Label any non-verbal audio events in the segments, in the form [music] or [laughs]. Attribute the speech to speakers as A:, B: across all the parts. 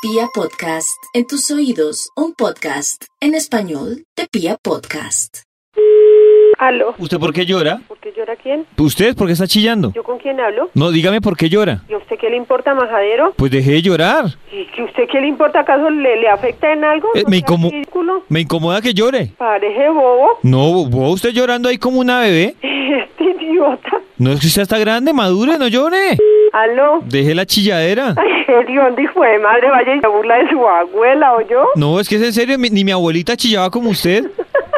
A: Pia Podcast, en tus oídos, un podcast en español de Pia Podcast.
B: Aló,
C: ¿Usted por qué llora?
B: ¿por qué llora quién?
C: ¿Usted por qué está chillando?
B: ¿Yo con quién hablo?
C: No, dígame por qué llora.
B: ¿Y a usted qué le importa, majadero?
C: Pues dejé de llorar.
B: ¿Y que usted qué le importa? ¿Acaso le, le afecta en algo?
C: Eh,
B: ¿No
C: me
B: sea
C: incomo-
B: ridículo?
C: Me incomoda que llore.
B: Pareje bobo. [laughs]
C: No, vos usted llorando ahí como una bebé.
B: Este idiota.
C: No es que usted está grande, madure, no llore.
B: Aló.
C: Deje la chilladera.
B: Ay, hediondo, hijo de madre, vaya y se burla de su abuela, ¿o yo?
C: No, es que es en serio, mi- ni mi abuelita chillaba como usted.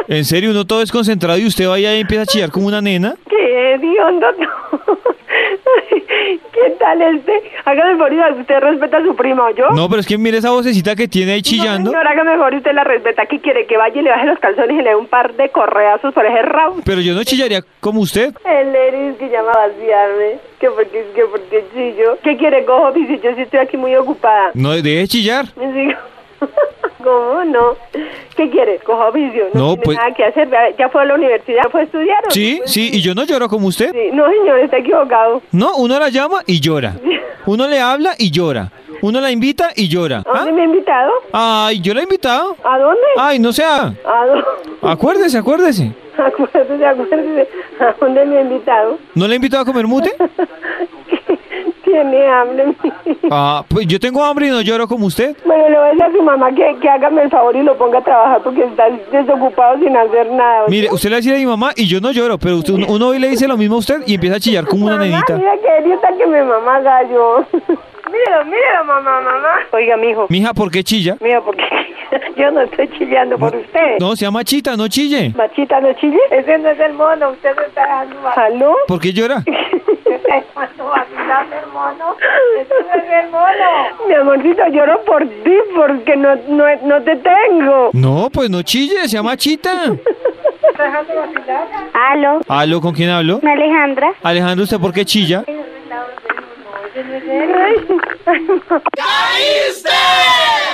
C: En serio, uno todo desconcentrado y usted vaya y empieza a chillar como una nena.
B: ¡Qué hediondo! [laughs] no. Ay, ¿Qué tal este? Hágame el favor y usted respeta a su prima, ¿o yo?
C: No, pero es que mire esa vocecita que tiene ahí chillando.
B: señora, hágame el favor y usted la respeta. ¿Qué quiere? Que vaya y le baje los calzones y le dé un par de correazos por ese round.
C: Pero yo no chillaría como usted.
B: El Eris que llama a vaciarme, que porque, que porque chillo. ¿Qué quiere, cojo? Dice, yo sí estoy aquí muy ocupada.
C: No, deje de chillar.
B: Me sigo. [laughs] ¿Cómo no? ¿Qué quiere? Cojo vicio. No,
C: No,
B: tiene
C: pues-
B: nada que hacer. Vea, Ya fue a la universidad, fue a estudiar. ¿o
C: Sí,
B: qué?
C: sí, y yo no lloro como usted.
B: Sí. No, señor, está equivocado.
C: No, uno la llama y llora.
B: [laughs]
C: Uno le habla y llora. Uno la invita y llora.
B: ¿A dónde me ha invitado?
C: ¿Ah? Ay, yo la he invitado.
B: ¿A dónde?
C: Ay, no sea.
B: ¿A dónde?
C: Acuérdese, acuérdese.
B: [laughs] Acuérdese, acuérdese. ¿A dónde me ha invitado? [laughs]
C: ¿No la he invitado a comer mute?
B: Tiene hambre.
C: Ah, pues yo tengo hambre y no lloro como usted.
B: Bueno, le voy a decir a su mamá que, que hágame el favor y lo ponga a trabajar porque está desocupado sin hacer nada. ¿oyó?
C: Mire, usted le decía a mi mamá y yo no lloro, pero usted- uno, uno hoy le dice lo mismo a usted y empieza a chillar como una
B: Mamá,
C: nenita.
B: Mira que idiota que mi mamá [laughs] gallo. míralo, míralo, mamá, mamá. Oiga, mijo.
C: Mija, ¿por qué chilla?
B: Mira, porque [laughs] yo no estoy chillando por usted.
C: No, sea machita, no chille.
B: Machita, no chille. Ese no es el mono, usted se está dejando [laughs] ¿Aló?
C: ¿Por qué llora?
B: Mi amorcito, lloro por ti porque no, no, no te tengo.
C: No, pues no chille, sea machita.
D: Aló,
C: ¿Aló, con
B: [laughs]
C: quién hablo?
D: Alejandra.
C: Alejandro, ¿usted por qué chilla?
B: Ay, ay,